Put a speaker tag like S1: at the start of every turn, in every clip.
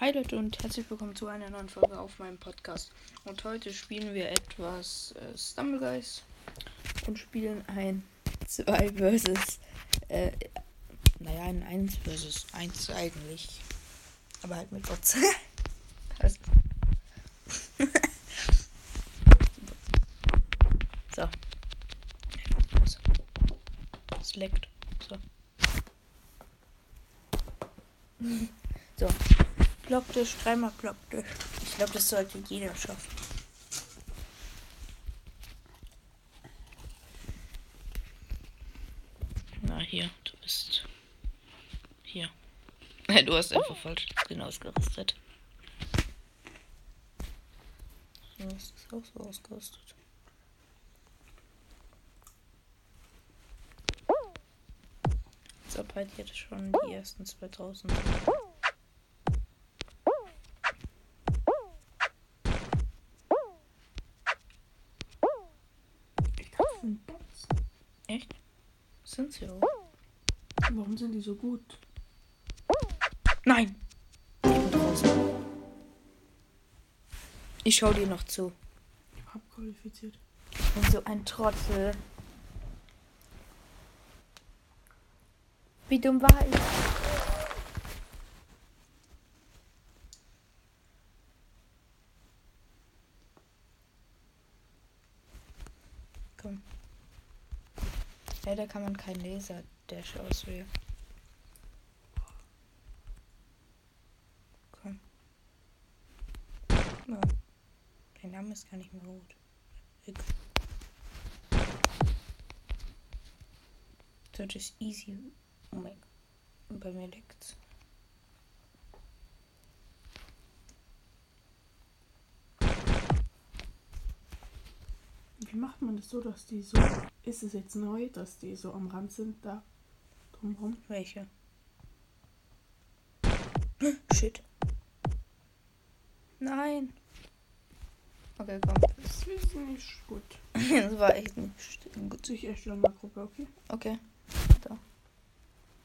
S1: Hi Leute und herzlich willkommen zu einer neuen Folge auf meinem Podcast. Und heute spielen wir etwas äh, Stumble Guys und spielen ein 2 versus äh, naja, ein 1 versus 1 eigentlich. Aber halt mit Bots. Also- so. Es leckt. So. So. Blocktisch, dreimal Blocktisch. Ich glaube, das sollte jeder schaffen. Na, hier, du bist. Hier. Äh, Du hast einfach falsch den ausgerüstet. Du hast es auch so ausgerüstet. So, bald jetzt schon die ersten 2000. Echt? Sind sie auch?
S2: Warum sind die so gut?
S1: Nein! Ich bin draußen. Ich schau dir noch zu.
S2: Ich hab qualifiziert.
S1: Ich bin so ein Trottel. Wie dumm war ich? Komm. Leider kann man keinen Laser-Dash auswählen. Komm. Ja. Dein Name ist gar nicht mehr rot. X. Das ist easy. Oh mein Gott. Bei mir liegt's.
S2: Wie macht man das so, dass die so. Ist es jetzt neu, dass die so am Rand sind, da drumherum?
S1: Welche? Shit. Nein. Okay, komm.
S2: Das ist nicht gut.
S1: Das war echt nicht gut.
S2: Sich erst in einer Gruppe, okay?
S1: Okay. Da.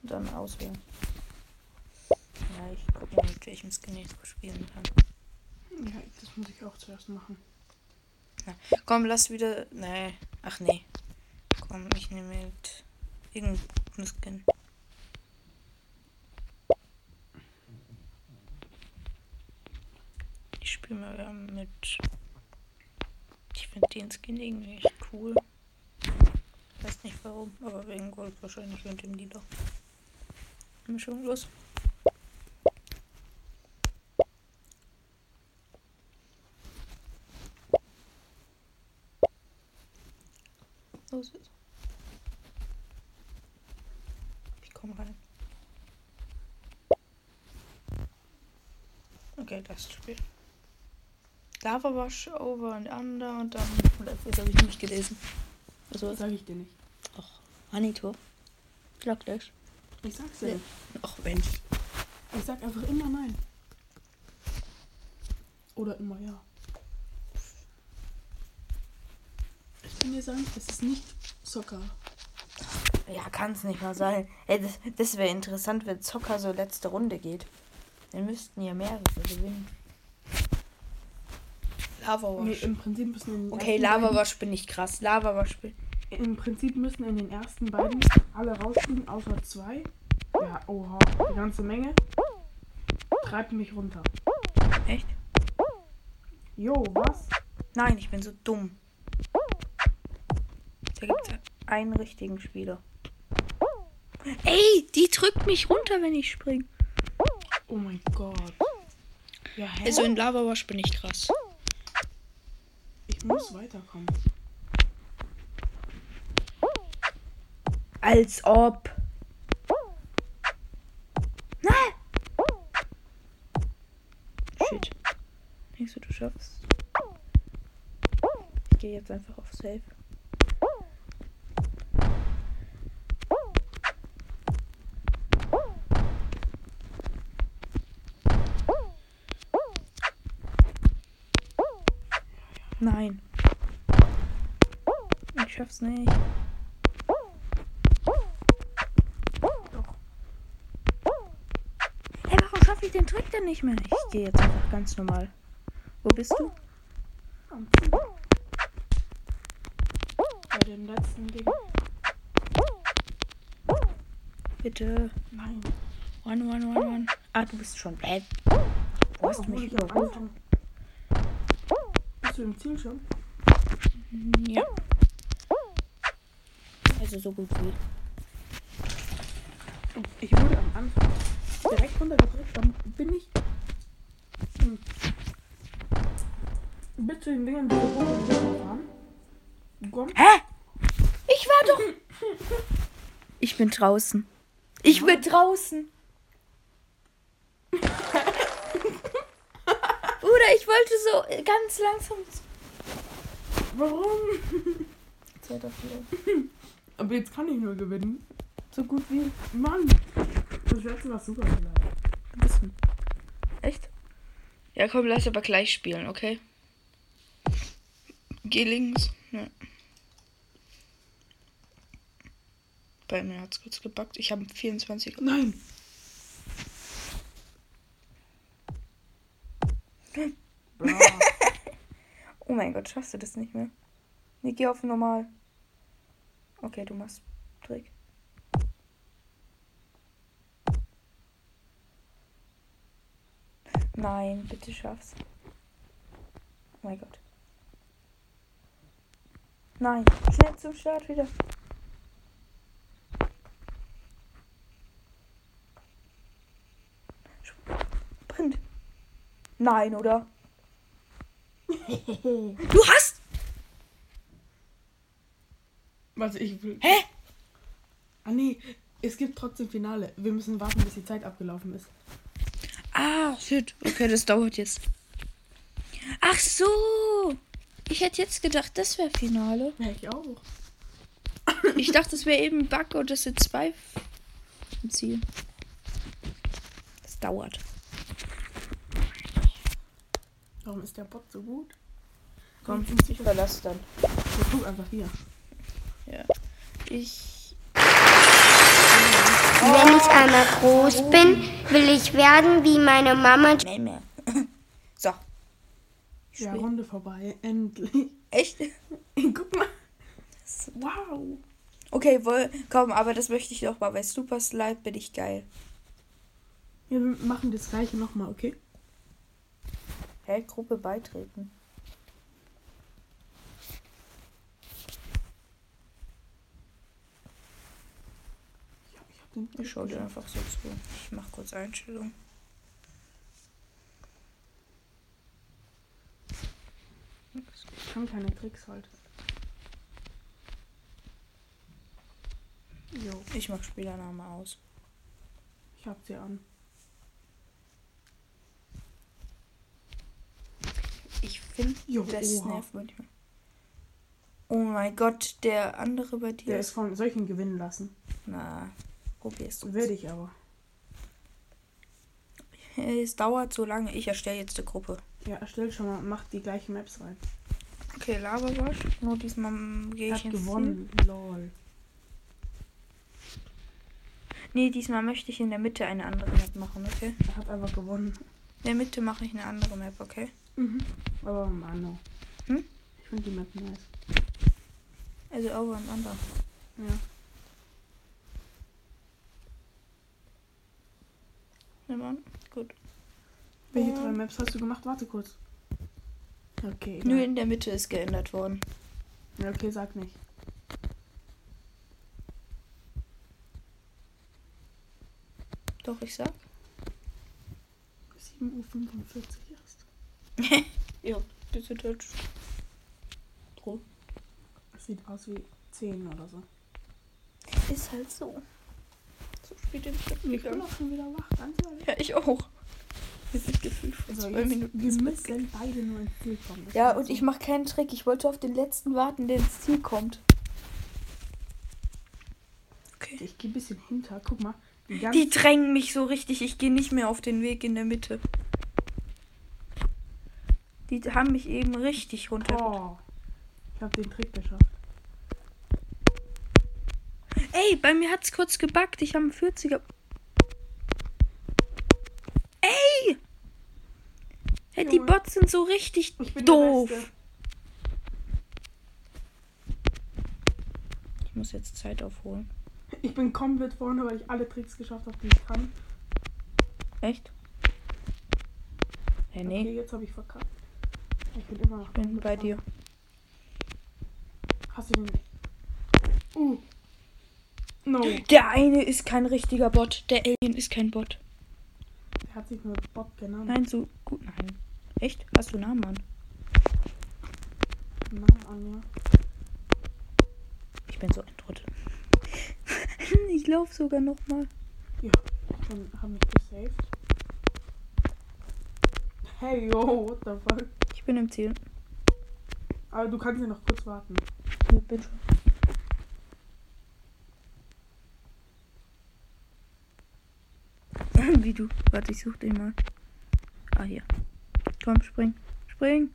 S1: Dann auswählen. Ja, ich guck mal, mit welchem Skin ich so spielen kann.
S2: Ja, das muss ich auch zuerst machen.
S1: Komm, lass wieder. Nee. Ach nee. Komm, ich nehme mit irgendeinen Skin. Ich spiele mal ähm, mit. Ich finde den Skin irgendwie echt cool. Weiß nicht warum, aber wegen Gold wahrscheinlich und dem Lieder. Mischung los. Los jetzt. Ich komm rein. Okay, das Spiel. Lava Wash, Over and Under und dann. Oder das habe ich nicht gelesen. Also,
S2: Das sage ich dir nicht.
S1: Och, Honeytour. Glockdash.
S2: Ich sag's dir
S1: Ja.
S2: nicht.
S1: Och, Mensch.
S2: Ich sag einfach immer nein. Oder immer ja. Ich kann dir sagen, es ist nicht Soccer.
S1: Ja, kann's nicht mal sein. Ey, das, das wäre interessant, wenn Zocker so letzte Runde geht. Dann müssten ja mehrere gewinnen. Lava
S2: Nee, Im Prinzip müssen in den
S1: Oh, Okay,
S2: ersten
S1: Lava
S2: beiden-
S1: Wash bin ich krass. Lava Wash bin
S2: Im Prinzip müssen in den ersten beiden alle rausfliegen, außer zwei. Ja, oha, die ganze Menge. Treibt mich runter.
S1: Echt?
S2: Jo, was?
S1: Nein, ich bin so dumm. Da gibt's einen richtigen Spieler. Ey, die drückt mich runter, wenn ich spring.
S2: Oh mein Gott. Ja, hä?
S1: Also in Lava Wash bin ich krass.
S2: ich muss weiterkommen.
S1: Als ob. Na? Shit. Denkst du, du schaffst? Ich gehe jetzt einfach auf Safe. Nein. Ich schaff's nicht. Hey, warum schaffe ich den Trick denn ja nicht mehr. Ich gehe jetzt einfach ganz normal. Wo bist du?
S2: Am Zug. Bei dem letzten Ding.
S1: Bitte.
S2: Nein.
S1: One, one, one, one. Ah, du bist schon. Hä? Du hast
S2: Obwohl
S1: mich
S2: ich am
S1: überholt.
S2: Anfang. Bist du im Ziel schon?
S1: Ja. Also so gut wie.
S2: Ich wurde am Anfang direkt runtergedrückt, dann bin ich. Hm. Bis zu den Dingen, die wir hochgekommen waren. Gekommen.
S1: Hä? Ich war doch. Ich bin draußen. Ich bin draußen. Bruder, ich wollte so äh, ganz langsam.
S2: Warum?
S1: Zeit auf die-
S2: Aber jetzt kann ich nur gewinnen. So gut wie. Mann! Das letzte war super vielleicht.
S1: Du bist ein- Echt? Ja, komm, lass aber gleich spielen, okay? Geh links. Ja. Bei mir hat's kurz gebackt. Ich habe 24.
S2: Nein! Bra.
S1: Oh mein Gott, schaffst du das nicht mehr? Nee, geh auf normal. Okay, du machst Trick. Nein, bitte schaff's. Oh mein Gott. Nein, schnell zum Start wieder. Sprint. Nein, oder? Du hast
S2: Was ich will.
S1: Hä?
S2: Ah nee, es gibt trotzdem Finale. Wir müssen warten, bis die Zeit abgelaufen ist.
S1: Ah, shit. Okay, das dauert jetzt. Ach so. Ich hätte jetzt gedacht, das wäre Finale.
S2: Ja, ich auch.
S1: Ich dachte, das wäre eben Bug und das sind zwei F- im Ziel. Das dauert.
S2: Warum ist der Bot so gut? Hm.
S1: Komm,
S2: ich bin sicher.
S1: Verlass dann.
S2: Ich guck einfach hier.
S1: Ja. Ich.
S3: Wenn ich einmal groß bin, will ich werden wie meine Mama.
S1: Nee, mehr. So. Ich
S2: Ja,
S1: spiel-
S2: Runde vorbei. Endlich.
S1: Echt?
S2: Guck mal. Wow.
S1: Okay, wohl, komm, aber das möchte ich doch mal, weil Super Slide bin ich geil.
S2: Wir machen das gleiche nochmal, okay?
S1: Hä? Gruppe beitreten.
S2: Ja, ich hab den.
S1: Ich schau dir einfach so zu. Ich mach kurz Einstellung.
S2: Ich kann keine Tricks halt. Jo,
S1: Ich mach Spielername aus.
S2: ich hab sie an.
S1: Ich finde,
S2: Jo,
S1: das
S2: oha.
S1: nervt manchmal. Oh mein Gott, der andere bei dir
S2: Der ist
S1: ist.
S2: von solchen gewinnen lassen.
S1: Na, probier's.
S2: Werde ich aber.
S1: Hey, Es dauert so lange. Ich erstelle jetzt die Gruppe.
S2: Ja, erstell schon mal, mach die gleichen Maps rein.
S1: Okay, Laberwasch. Nur diesmal gehe ich
S2: Hat
S1: ins Ziel.
S2: gewonnen. Lol.
S1: Nee, diesmal möchte ich in der Mitte eine andere Map machen, okay?
S2: Er hat einfach gewonnen.
S1: In der Mitte mache ich eine andere Map, okay?
S2: Mhm. Aber Mano.
S1: Hm?
S2: Ich finde die Map nice.
S1: Also over und under.
S2: Ja.
S1: Nimm an. Gut.
S2: Welche
S1: Ja.
S2: drei Maps hast du gemacht? Warte kurz. Okay.
S1: Nur
S2: egal.
S1: in der Mitte ist geändert worden.
S2: Ja, okay, sag nicht.
S1: Doch, ich sag.
S2: 7.45 Uhr erst.
S1: Ja, bitte Deutsch. Drum.
S2: Das sieht aus wie 10 oder so.
S1: Ist halt so. So spät im Bett
S2: Ich
S1: gegangen.
S2: bin auch schon wieder wach, ganz ehrlich.
S1: Ja, ich auch. Wir sind gefühlt vor
S2: Also
S1: zwei
S2: jetzt,
S1: Minuten.
S2: wir müssen beide nur ins Ziel kommen. Das
S1: Ja,
S2: ist
S1: und
S2: so.
S1: ich mache keinen Trick. Ich wollte auf den letzten warten, der ins Ziel kommt. Okay.
S2: Ich gehe ein bisschen hinter, guck mal. Die ganze
S1: Die drängen mich so richtig. Ich gehe nicht mehr auf den Weg in der Mitte. Die haben mich eben richtig runter.
S2: oh, Ich hab den Trick geschafft.
S1: Ey, bei mir hat's kurz gebackt. Ich habe einen 40er. Ey! Bots sind so richtig
S2: Ich bin
S1: doof.
S2: der Beste.
S1: Ich muss jetzt Zeit aufholen.
S2: Ich bin komplett vorne, weil ich alle Tricks geschafft habe, die ich kann.
S1: Echt? Hey, nee,
S2: Okay, jetzt habe ich verkackt. Ich bin immer noch
S1: ich bin bei
S2: dran.
S1: dir.
S2: Hast du den? Uh. No. Der
S1: Der eine ist kein richtiger Bot. Der Alien ist kein Bot.
S2: hat sich nur Bob genannt.
S1: Nein, so gut. Nein. Echt? Hast du Namen an?
S2: Nein, Anja.
S1: Ich bin so ein Trottel. ich laufe sogar nochmal.
S2: Ja, dann haben wir gesaved. Hey, yo, what the fuck?
S1: Ich bin im Ziel.
S2: Aber du kannst ja noch kurz warten.
S1: Ich bin schon. Wie du. Warte, ich such den mal. Ah, hier. Komm, spring. Spring!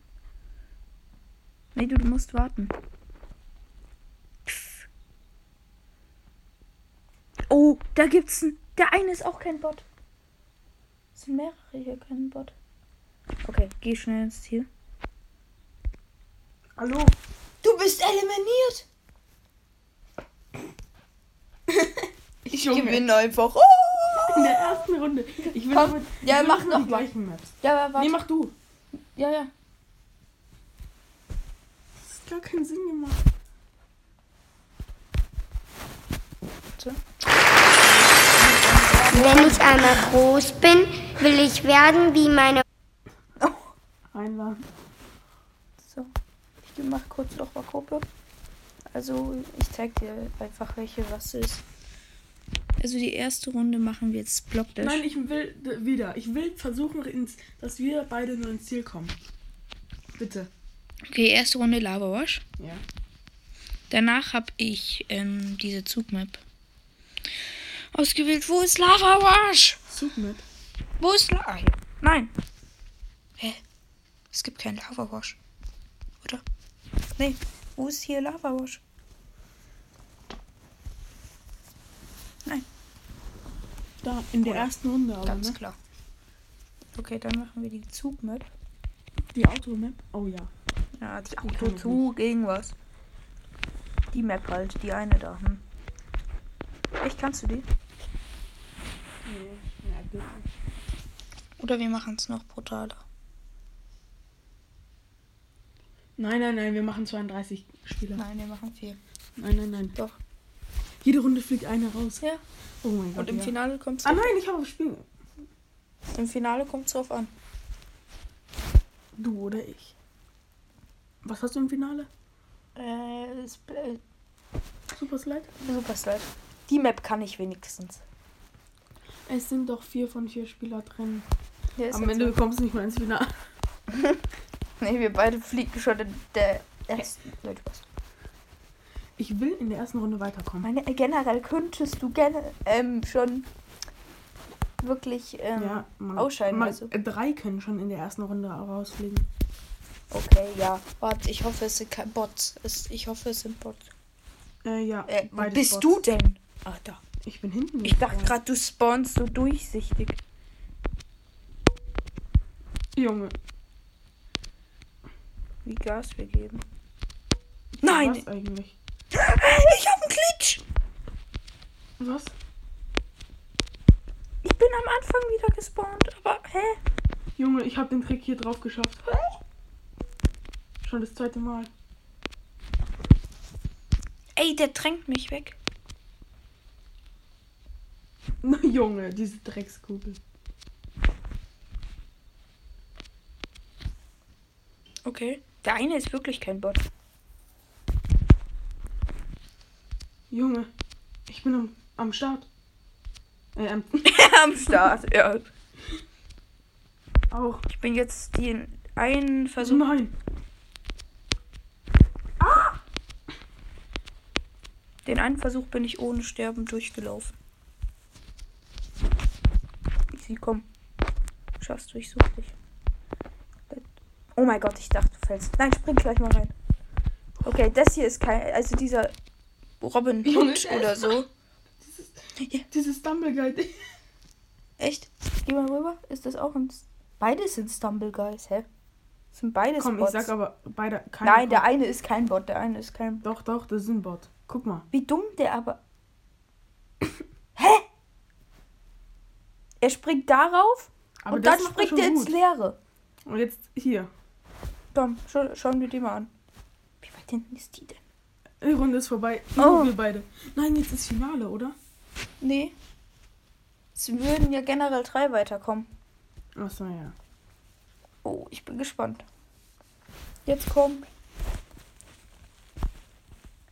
S1: Nee, du, du musst warten. Pff. Oh, da gibt's ein. Der eine ist auch kein Bot. Es sind mehrere hier kein Bot. Okay, geh schnell ins Ziel.
S2: Hallo?
S1: Du bist eliminiert. ich
S2: Junge.
S1: gewinne einfach.
S2: In
S1: Oh!
S2: der ersten Runde. Ich will
S1: Komm,
S2: aber,
S1: ja,
S2: ich will
S1: mach
S2: immer
S1: noch
S2: die
S1: mal.
S2: gleichen Maps.
S1: Ja, warte.
S2: Nee, mach du.
S1: ja, ja.
S2: Das hat gar keinen Sinn gemacht.
S3: Wenn ich einmal groß bin, will ich werden wie meine
S2: Einladen.
S1: So. Ich mach kurz noch mal Gruppe. Also, ich zeig dir einfach, welche was ist. Also, die erste Runde machen wir jetzt Blockdash.
S2: Nein, ich will d- wieder. Ich will versuchen, ins, dass wir beide nur ins Ziel kommen. Bitte.
S1: Okay, erste Runde Lava Wash.
S2: Ja.
S1: Danach habe ich ähm, diese Zugmap ausgewählt. Wo ist Lava Wash?
S2: Zug mit.
S1: Wo ist Lava? Ah, hier. Nein. Hä? Es gibt keinen Lava Wash. Oder? Nee. Wo ist hier Lava Wash? Nein.
S2: Da, in der
S1: Oder?
S2: ersten Runde aber,
S1: Ganz
S2: ne?
S1: klar. Okay, dann machen wir die Zugmap.
S2: Die Automap. Oh ja.
S1: Ja, die
S2: kann man
S1: Autozug, irgendwas. Die Map halt, die eine da. Hm. Echt, kannst du die?
S2: Nee. Ja, gut.
S1: Oder wir machen es noch brutaler.
S2: Nein, nein, nein, wir machen 32 Spieler.
S1: Nein, wir machen vier.
S2: Nein, nein, nein.
S1: Doch.
S2: Jede Runde fliegt einer raus.
S1: Ja.
S2: Oh mein Gott.
S1: Und im
S2: ja.
S1: Finale kommt es
S2: Ah nein, ich habe auf Spiel.
S1: Im Finale kommt's drauf an.
S2: Du oder ich. Was hast du im Finale?
S1: Äh, es bl-
S2: Super Slide?
S1: Super Slide. Die Map kann ich wenigstens.
S2: Es sind doch vier von vier Spieler drin.
S1: Hier
S2: Am Ende kommst du nicht mal ins Finale.
S1: Nee, wir beide fliegen schon in der ersten. Nein, Spaß.
S2: Ich will in der ersten Runde weiterkommen.
S1: Meine, äh, generell könntest du gerne ähm, schon wirklich. Ähm,
S2: Ja, man,
S1: ausscheiden,
S2: man,
S1: also.
S2: Drei können schon in der ersten Runde rausfliegen.
S1: Okay, ja. Warte, ich hoffe, es sind kein Bots. Es, ich hoffe, es sind Bots.
S2: Äh, ja.
S1: Äh, wo
S2: beides
S1: bist
S2: Bots.
S1: du denn? Ah, da.
S2: Ich bin hinten.
S1: Ich dachte gerade, du spawnst so durchsichtig.
S2: Junge.
S1: Wie Gas wir geben. Nein!
S2: Was eigentlich?
S1: Ich hab einen Glitch!
S2: Was?
S1: Ich bin am Anfang wieder gespawnt, aber hä?
S2: Junge, ich habe den Trick hier drauf geschafft. Schon das zweite Mal.
S1: Ey, der drängt mich weg.
S2: Na Junge, diese Dreckskugel.
S1: Okay. Der eine ist wirklich kein Bot.
S2: Junge, ich bin am, am Start. Äh, am,
S1: Am Start, ja.
S2: auch.
S1: Ich bin jetzt den einen Versuch.
S2: Nein.
S1: Den einen Versuch bin ich ohne Sterben durchgelaufen. Easy, komm. Schaffst du, ich such dich. Oh mein Gott, ich dachte, du fällst. Nein, spring gleich mal rein. Okay, das hier ist kein. Also dieser Robin
S2: Junge,
S1: Hood oder so. Ja,
S2: Dieses Dumbleguide.
S1: echt? Geh mal rüber. Ist das auch ein. Beides sind Stumble Guys, hä? Das sind beides
S2: Komm, ich
S1: Bots.
S2: sag aber beide keine.
S1: Nein, der eine ist kein Bot, der eine ist kein
S2: Doch, doch, das ist ein Bot. Guck mal.
S1: Wie dumm der aber. Hä? Er springt darauf
S2: Aber
S1: und
S2: das
S1: dann
S2: macht er
S1: springt
S2: schon
S1: er ins
S2: gut.
S1: Leere.
S2: Und jetzt hier.
S1: Komm, schau, schauen wir die mal an. Wie weit hinten ist die denn?
S2: Die Runde ist vorbei.
S1: Oh.
S2: Wir beide. Nein, jetzt ist Finale, oder?
S1: Nee. Es würden ja generell drei weiterkommen.
S2: Achso, ja.
S1: Oh, ich bin gespannt. Jetzt kommt.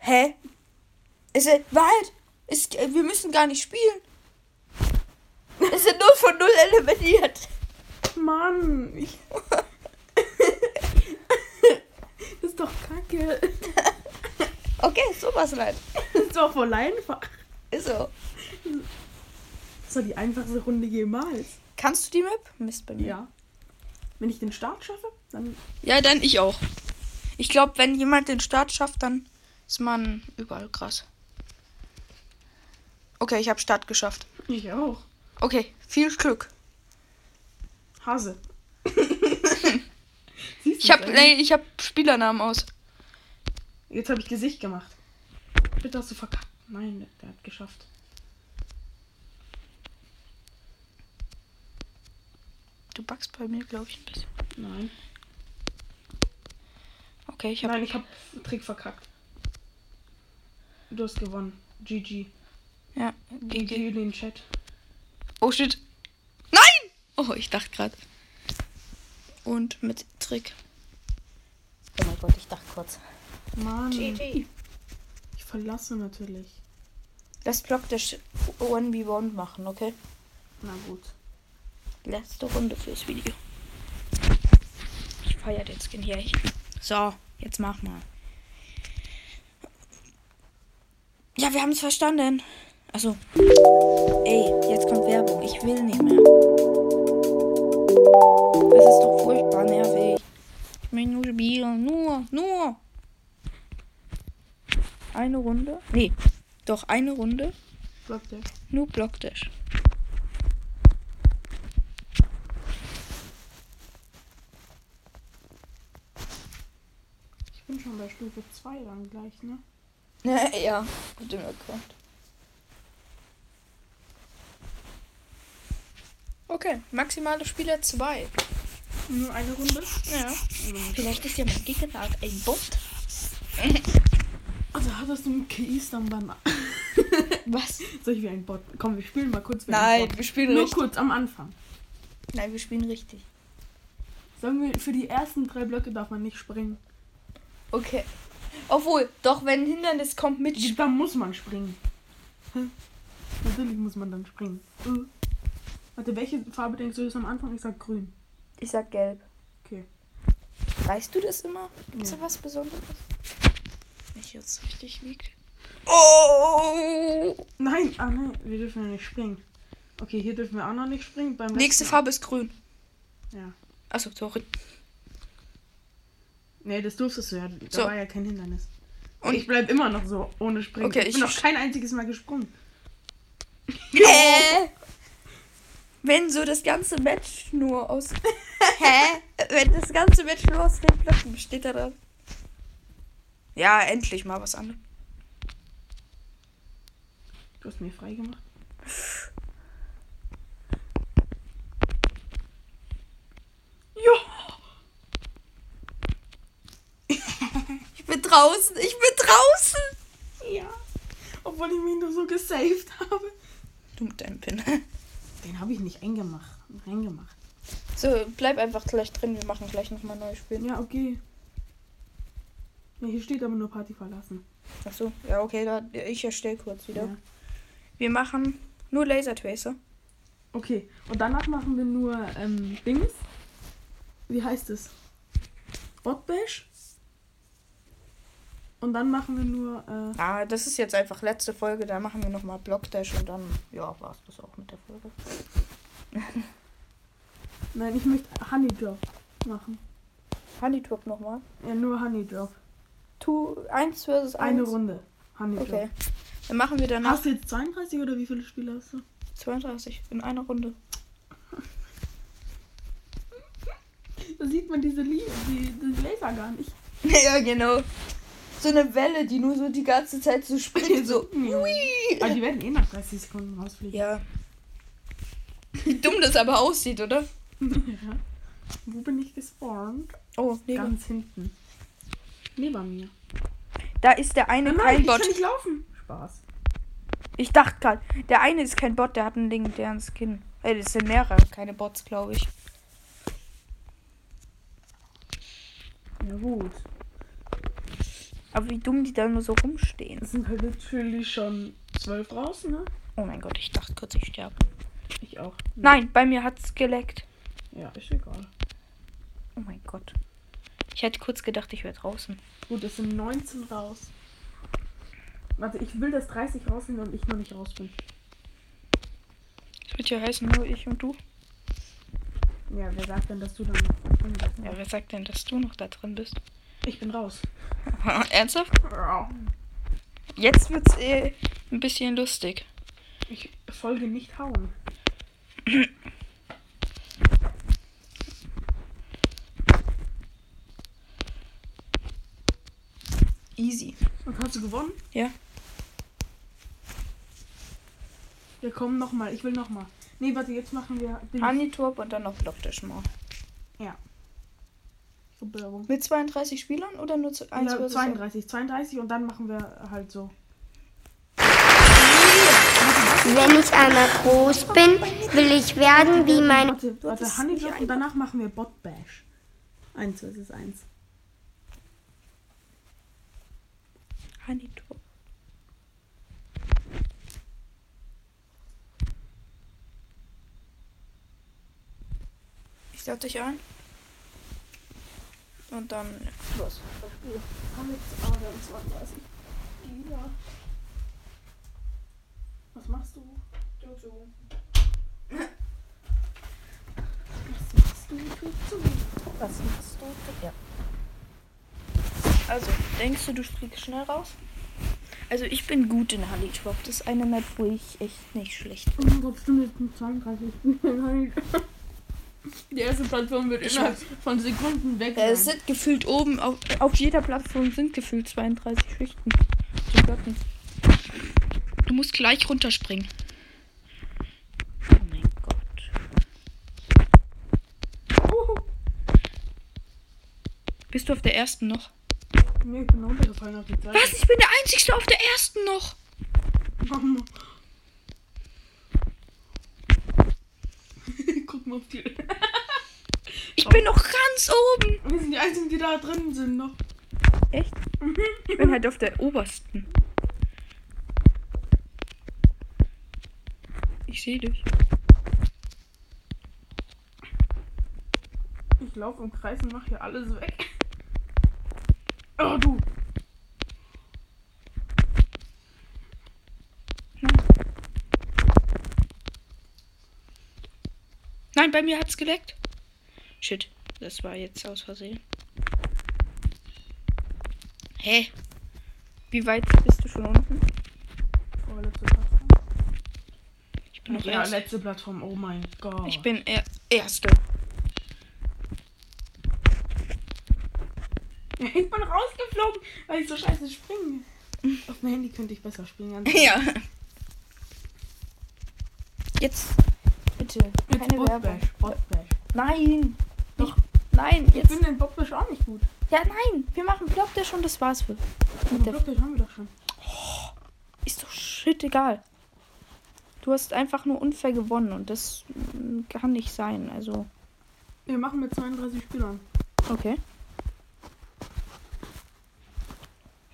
S1: Hä? Ist er. Wald! Ist, wir müssen gar nicht spielen. Es sind nur von null eliminiert.
S2: Mann. Ich... das ist doch kacke.
S1: Okay, sowas rein.
S2: Das ist doch voll einfach.
S1: Ist so.
S2: Das war die einfachste Runde jemals.
S1: Kannst du die Map? Mist bei mir.
S2: Ja. Wenn ich den Start schaffe, dann.
S1: Ja, dann ich auch. Ich glaube, wenn jemand den Start schafft, dann ist man überall krass. Okay, ich habe Start geschafft.
S2: Ich auch.
S1: Okay, viel Glück.
S2: Hase.
S1: Ich habe nee, ich hab Spielernamen aus.
S2: Jetzt habe ich Gesicht gemacht. Bitte hast du verkackt. Nein, der hat geschafft.
S1: Du backst bei mir, glaube ich, ein bisschen.
S2: Nein.
S1: Okay, ich habe.
S2: Nein, ich habe Trick verkackt. Du hast gewonnen. GG.
S1: Ja,
S2: GG
S1: GG.
S2: in den Chat.
S1: Oh shit. Nein! Oh, ich dachte gerade. Und mit Trick. Oh mein Gott, ich dachte kurz.
S2: Mann.
S1: GG.
S2: Ich verlasse natürlich.
S1: Lass Block der 1v1 machen, okay?
S2: Na gut.
S1: Letzte Runde fürs Video. Ich feier den Skin hier. echt. So, jetzt mach mal. Ja, wir haben es verstanden. Also, ey, jetzt kommt Werbung. Ich will nicht mehr. Das ist doch furchtbar nervig. Ich will nur spielen. Nur, nur. Eine Runde? Nee, doch eine Runde.
S2: Bleibt der.
S1: Nur Blockdash.
S2: Ich bin schon bei Stufe 2 dann gleich, ne?
S1: Ja, ja, auf dem Account. Okay, maximale Spieler 2.
S2: Nur eine Runde?
S1: Ja. Vielleicht ist ja mein Gegenart ein Bot.
S2: Also hattest du mit KIs dann beim.
S1: Was?
S2: Soll ich wie ein Bot? Komm, wir spielen mal kurz. wie ein
S1: Nein,
S2: Bot.
S1: wir spielen
S2: Nur
S1: richtig.
S2: kurz am Anfang.
S1: Nein, wir spielen richtig.
S2: Sagen wir, für die ersten drei Blöcke darf man nicht springen.
S1: Okay. Obwohl, doch, wenn ein Hindernis kommt mit. Sp-
S2: Da muss man springen. Hä? Natürlich muss man dann springen. Äh. Warte, welche Farbe denkst du ist am Anfang? Ich sag grün.
S1: Ich sag gelb.
S2: Okay.
S1: Weißt du das immer?
S2: Gibt's
S1: Ist
S2: da
S1: da was Besonderes? Wenn ich jetzt richtig liege. Oh!
S2: Nein, ah nein, wir dürfen ja nicht springen. Okay, hier dürfen wir auch noch nicht springen. Beim
S1: Nächste
S2: letzten-
S1: Farbe ist grün.
S2: Ja.
S1: Achso, sorry.
S2: Nee, das durftest du ja. Da
S1: So.
S2: war ja kein Hindernis. Und
S1: Und-
S2: ich bleib immer noch so ohne Springen.
S1: Okay,
S2: ich bin
S1: ich-
S2: noch kein einziges Mal gesprungen.
S1: Hä? Wenn so das ganze Match nur aus. Hä? Wenn das ganze Match nur aus den Blöcken besteht, dann. Ja, endlich mal was anderes.
S2: Du hast mir frei gemacht. Ja!
S1: Ich bin draußen, ich bin draußen!
S2: Ja! Obwohl ich mich nur so gesaved habe.
S1: Du mit deinem Pin.
S2: Den habe ich nicht eingemacht. Reingemacht.
S1: So, bleib einfach gleich drin, wir machen gleich nochmal neu spielen.
S2: Ja, okay. Ja, hier steht aber nur Party verlassen.
S1: Achso, ja, okay, da, ich erstelle kurz wieder.
S2: Ja.
S1: Wir machen nur Laser Tracer.
S2: Okay, und danach machen wir nur ähm, Dings. Wie heißt es? Botbash. Und dann machen wir nur. Äh,
S1: Ah, das ist jetzt einfach letzte Folge, da machen wir nochmal Blockdash und dann, ja, war's das auch mit der Folge.
S2: nein, ich möchte Honeydrop machen.
S1: Honeytop nochmal.
S2: Ja, nur Honeydrop.
S1: Two, eins versus eins.
S2: Eine Runde. Honeydrop.
S1: Okay. Dann machen wir danach
S2: Hast du jetzt 32 oder wie viele Spiele hast du?
S1: 32 in einer Runde.
S2: Da sieht man diese Li die, die Laser gar nicht.
S1: ja, genau. So eine Welle, die nur so die ganze Zeit so springt, so.
S2: Aber die werden eh nach 30 Sekunden rausfliegen.
S1: Ja. Wie dumm das aber aussieht, oder?
S2: Ja. Wo bin ich gespawnt?
S1: Oh, Digga.
S2: Ganz hinten. Neben mir.
S1: Da ist der eine kein
S2: ich
S1: Bot.
S2: kann nicht laufen. Spaß.
S1: Ich dachte gerade, der eine ist kein Bot, der hat einen legendären Skin. Ey, das sind mehrere, keine Bots, glaube ich.
S2: Ja gut.
S1: Aber wie dumm die da nur so rumstehen.
S2: Es sind halt natürlich schon zwölf raus, ne?
S1: Oh mein Gott, ich dachte kurz, ich sterbe.
S2: Ich auch.
S1: Nein, bei mir hat's geleckt.
S2: Ja, ist egal.
S1: Oh mein Gott. Ich hätte kurz gedacht, ich wäre draußen.
S2: Gut, es sind 19 raus. Warte, ich will, dass 30 rausgehen und ich noch nicht raus bin.
S1: Das wird ja heißen, nur ich und du.
S2: Ja, wer sagt denn, dass du dann noch drin bist?
S1: Ja, wer sagt denn, dass du noch da drin bist?
S2: Ich bin raus.
S1: Ernsthaft? Jetzt wird's eh ein bisschen lustig.
S2: Ich folge nicht hauen.
S1: Easy.
S2: Und hast du gewonnen?
S1: Ja.
S2: Ja, komm nochmal. Ich will nochmal. Nee, warte, jetzt machen wir den
S1: Honeytop und dann noch Dr. Schmau.
S2: Werbung.
S1: Mit 32 Spielern oder nur zu 1
S2: Ja, 32, 32 und dann machen wir halt so.
S3: Wenn ich einmal groß bin, will ich werden wie meine
S2: Warte, warte Honeydrop und danach machen wir Bot Bash. 1 vs 1.
S1: Honeytop. Ich lade dich ein. Und dann los.
S2: Was machst du?
S1: Jojo.
S2: Was machst du? Jojo?
S1: Was machst du? Ja. Also, denkst du, du fliegst schnell raus? Also, ich bin gut in Honeytop. Das ist eine Map, wo ich echt nicht schlecht
S2: Oh mein Gott, stimmt, jetzt mit 32. Die erste Plattform wird innerhalb von Sekunden weg.
S1: Äh, Es
S2: sein.
S1: sind gefühlt oben, auf, auf jeder Plattform sind gefühlt 32 Schichten. Die Glocken. Du musst gleich runterspringen. Oh mein Gott. Bist du auf der ersten noch?
S2: Mir genau runtergefallen auf die Zeit.
S1: Was? Ich bin der Einzige auf der ersten noch.
S2: Mama. Guck mal auf die.
S1: Ich bin noch ganz oben.
S2: Wir sind die Einzigen, die da drin sind noch.
S1: Echt? Ich bin halt auf der obersten. Ich sehe dich.
S2: Ich laufe im Kreis und mache hier alles weg. Oh, du.
S1: Nein, bei mir hat's geleckt. Shit, das war jetzt aus Versehen. Hä? Wie weit bist du schon unten?
S2: Vorletzte Plattform.
S1: Ich bin noch
S2: Ja,
S1: erst.
S2: letzte Plattform. Oh mein Gott.
S1: Ich bin er erste.
S2: ich bin rausgeflogen, weil ich so scheiße springe. Auf dem Handy könnte ich besser springen.
S1: Ja. Jetzt bitte
S2: Mit
S1: keine Werbung.
S2: Botbash. Botbash.
S1: Nein.
S2: Doch.
S1: Ich, nein,
S2: Ich
S1: jetzt.
S2: finde den Botbash auch nicht gut.
S1: Ja, nein. Wir machen Blockdash und das war's wohl.
S2: Den Botbash haben wir doch schon.
S1: Ist doch shit egal. Du hast einfach nur unfair gewonnen und das mm, kann nicht sein. Also,
S2: Wir machen mit 32 Spielern.
S1: okay.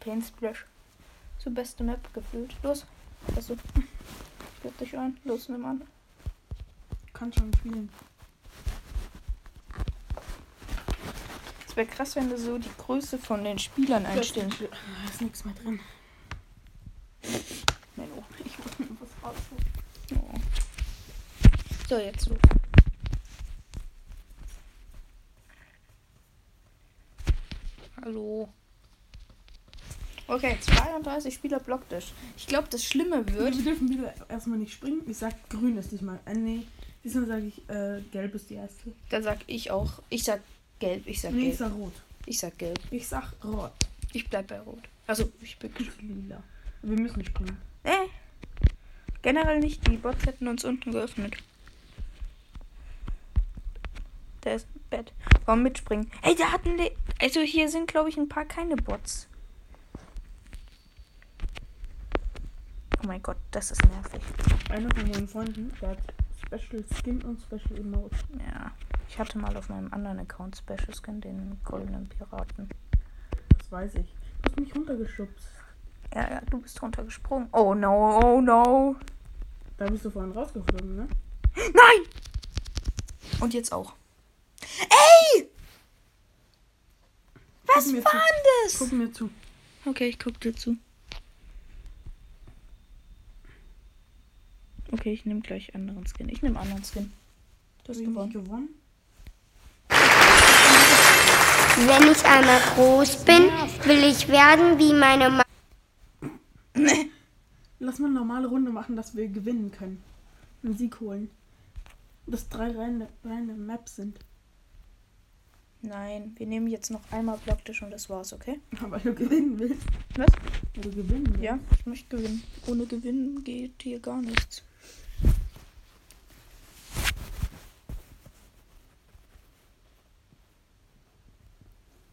S1: Pain Splash. So beste Map gefühlt. Los. Also, ich dich ein. Los, nimm an.
S2: Kann schon spielen.
S1: Es wäre krass, wenn du so die Größe von den Spielern einstellen
S2: Da ist nichts mehr drin.
S1: Menno.
S2: Ich muss mir was rausholen.
S1: Oh. So, jetzt los. Hallo. Okay, 32 Spieler Blocktisch. Ich glaube, das Schlimme wird.
S2: Wir dürfen wieder erstmal nicht springen. Ich sag grün ist diesmal. Äh, nee, diesmal sage ich äh, gelb ist die erste.
S1: Dann sag ich auch. Ich sag Gelb, ich sag
S2: Nee, ich
S1: gelb.
S2: sag rot.
S1: Ich sag gelb.
S2: Ich sag rot.
S1: Ich bleib bei rot. Also, ich bin
S2: Ich lila. Wir müssen springen.
S1: Äh. Generell nicht, die Bots hätten uns unten geöffnet. Da ist ein Bett. Warum mitspringen? Ey, da hatten die. Also hier sind, glaube ich, ein paar keine Bots. Oh mein Gott, das ist nervig.
S2: Einer von meinen Freunden, der hat Special Skin und Special Emote.
S1: Ja. Ich hatte mal auf meinem anderen Account Special Skin, den goldenen Piraten.
S2: Das weiß ich. Du hast mich runtergeschubst.
S1: Ja, ja, du bist runtergesprungen. Oh no, oh no.
S2: Da bist du vorhin rausgeflogen, ne?
S1: Nein! Und jetzt auch. Ey! Was
S2: Guck mir
S1: war
S2: zu.
S1: denn
S2: Guck mir zu.
S1: das? Okay, ich guck dir zu. Okay, ich nehme gleich anderen Skin. Ich nehme anderen Skin. Du hast
S2: Hab ich nicht
S1: gewonnen.
S2: gewonnen?
S3: Wenn ich einmal groß bin, will ich werden wie meine Mama.
S2: Lass mal eine normale Runde machen, dass wir gewinnen können. Einen Sieg holen. Dass drei reine, reine Maps sind.
S1: Nein, wir nehmen jetzt noch einmal Blocktisch und das war's, okay?
S2: Aber du gewinnen willst.
S1: Was?
S2: Weil du gewinnen willst.
S1: Ja, ich möchte gewinnen. Ohne Gewinnen geht hier gar nichts.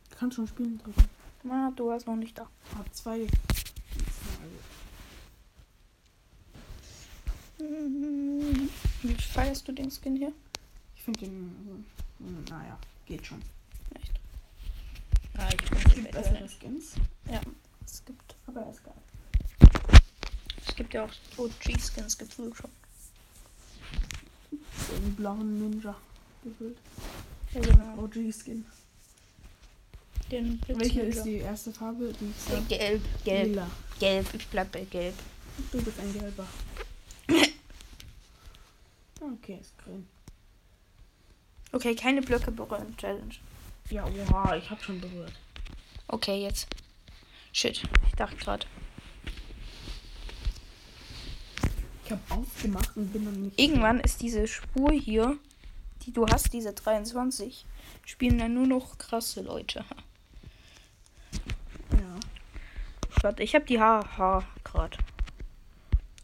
S2: Du kannst schon spielen drücken.
S1: Na, du warst noch nicht da.
S2: Hab zwei.
S1: Hm, Wie feierst du den Skin hier?
S2: Ich finde den. äh, Naja, geht schon.
S1: Echt? Ah, ich bin
S2: Gibt bessere Skins.
S1: Ja, es gibt,
S2: Aber er ist geil.
S1: es gibt ja auch OG-Skins gefühlt schon.
S2: So einen blauen Ninja gefüllt.
S1: Ja, genau.
S2: OG-Skin.
S1: Den Blitz
S2: Welche ist die erste Farbe? Die ich sag?
S1: Gelb, gelb,
S2: Lila.
S1: gelb. Ich bleib bei gelb.
S2: Du bist ein Gelber. Okay, ist grün.
S1: Okay, keine Blöcke berühren, Challenge.
S2: Ja, oha, ich hab schon berührt.
S1: Okay, jetzt. Shit, ich dachte gerade.
S2: Ich hab aufgemacht und bin dann nicht.
S1: Irgendwann ist diese Spur hier, die du hast, diese 23, spielen dann nur noch krasse Leute.
S2: Ja.
S1: Warte, ich habe die HH gerade.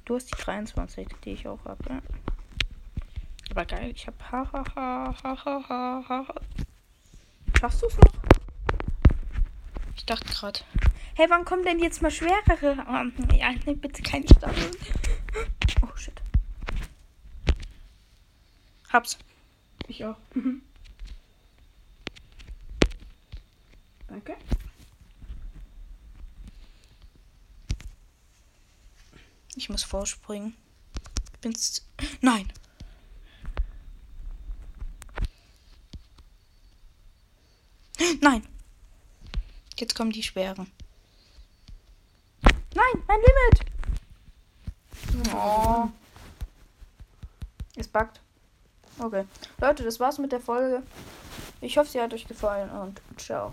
S1: Du hast die 23, die ich auch habe. Ja. Aber geil, ich habe HHH. Schaffst du es noch? Ich dachte gerade. Hey, wann kommen denn jetzt mal schwerere? Ähm, ja, nimm bitte keine Stacheln. Oh shit. Hab's.
S2: Ich auch. Danke.
S1: Ich muss vorspringen. Ich bin's. Nein. Nein. Jetzt kommen die Schweren. Nein, mein Limit. Oh. Es backt. Okay. Leute, das war's mit der Folge. Ich hoffe, sie hat euch gefallen und ciao.